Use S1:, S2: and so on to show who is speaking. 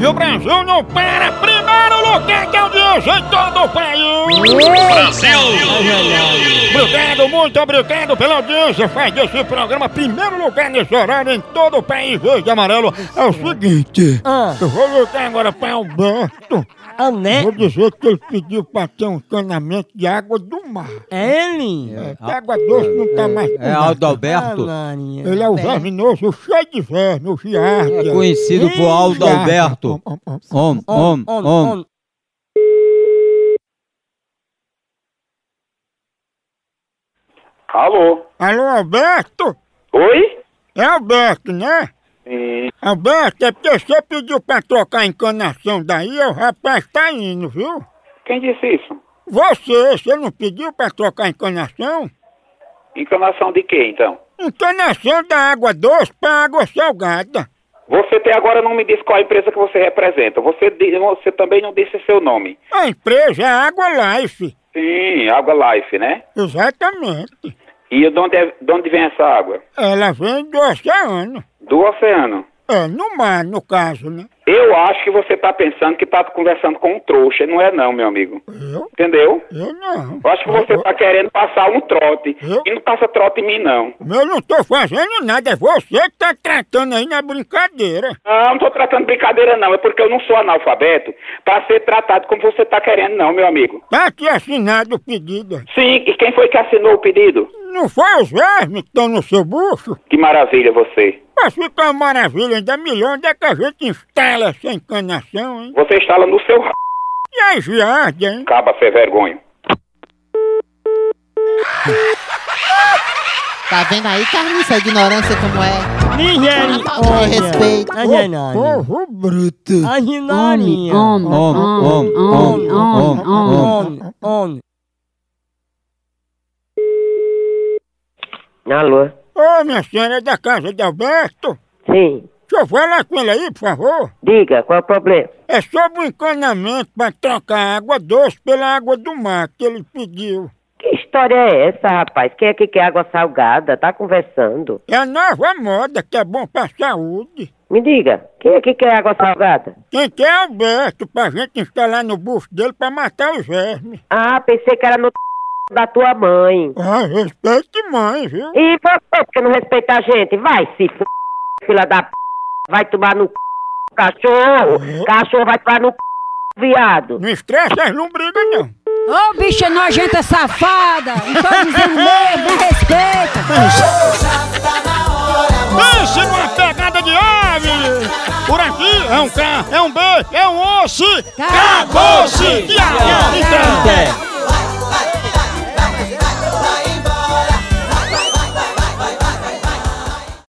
S1: E o Brasil não para! Primeiro lugar de audiência em todo o país! Obrigado, muito obrigado pela audiência! Faz desse programa primeiro lugar nesse horário em todo o país, verde e amarelo. É o seguinte,
S2: Ah.
S1: eu vou ligar agora para Alberto.
S2: Ah, né?
S1: Vou dizer que ele pediu para ter um encanamento de água do mar.
S2: É ele?
S1: É, que água doce não tá mais com
S3: É
S1: nada.
S3: Aldo Alberto,
S2: Alarinha.
S1: Ele é o verminoso cheio de verme, o
S3: É,
S1: giardia.
S3: conhecido por Aldo
S1: Giardia.
S3: Alberto.
S1: Om, om, om.
S3: Om, om, om.
S4: Alô?
S1: Alô, Alberto?
S4: Oi?
S1: É Alberto, né?
S4: Sim.
S1: Alberto, é porque você pediu pra trocar a encanação daí, o rapaz tá indo, viu?
S4: Quem disse isso?
S1: Você, você não pediu pra trocar a encanação?
S4: Encanação de quê, então?
S1: Encanação da água doce pra água salgada.
S4: Você até agora não me disse qual a empresa que você representa. Você, di- você também não disse seu nome.
S1: A empresa é Água Life.
S4: Sim, Água Life, né?
S1: Exatamente.
S4: E de onde, é- de onde vem essa água?
S1: Ela vem do oceano.
S4: Do oceano.
S1: É, no mar, no caso, né?
S4: Eu acho que você tá pensando que tá conversando com um trouxa. Não é não, meu amigo.
S1: Eu?
S4: Entendeu?
S1: Eu não.
S4: Eu acho que você tá querendo passar um trote.
S1: Eu?
S4: E não passa trote em mim, não.
S1: Eu não tô fazendo nada, é você que tá tratando aí na brincadeira.
S4: Não, não tô tratando brincadeira, não. É porque eu não sou analfabeto pra ser tratado como você tá querendo, não, meu amigo.
S1: Tá aqui assinado o pedido.
S4: Sim, e quem foi que assinou o pedido?
S1: Não foi os vermes que estão no seu bucho?
S4: Que maravilha você.
S1: Mas fica uma maravilha, ainda melhor onde é que a gente instala essa encanação, hein?
S4: Você instala no seu r...
S1: E a giardia, hein?
S4: Caba, sem vergonha.
S5: Tá vendo aí, Carlinhos, a ignorância como é?
S2: Nigéria.
S5: Com respeito.
S2: Alarinha.
S1: Porro bruto.
S2: Alarinha.
S6: on,
S3: Om, om, om, om, om.
S2: On, on.
S7: Alô?
S1: Ô, minha senhora, é da casa de Alberto?
S7: Sim.
S1: Deixa eu falar com ele aí, por favor.
S7: Diga, qual é o problema?
S1: É sobre o encanamento para trocar água doce pela água do mar que ele pediu.
S7: Que história é essa, rapaz? Quem é que quer água salgada? Tá conversando.
S1: É a nova moda que é bom pra saúde.
S7: Me diga, quem é que quer água salgada?
S1: Quem quer é Alberto pra gente instalar no bucho dele pra matar os vermes.
S7: Ah, pensei que era no da tua mãe.
S1: Ah, respeite mãe, viu?
S7: E você que não respeita a gente? Vai se f... fila da p... Vai tomar no c... cachorro. Cachorro vai tomar no c... viado.
S1: Não estressa as lombrigas, não.
S6: Ô, bicha nojenta safada! Não tô dizendo mesmo, me respeita!
S1: Pense numa pegada de ave! Por aqui é um K, é um B, é um osso! Acabou-se!
S3: Até.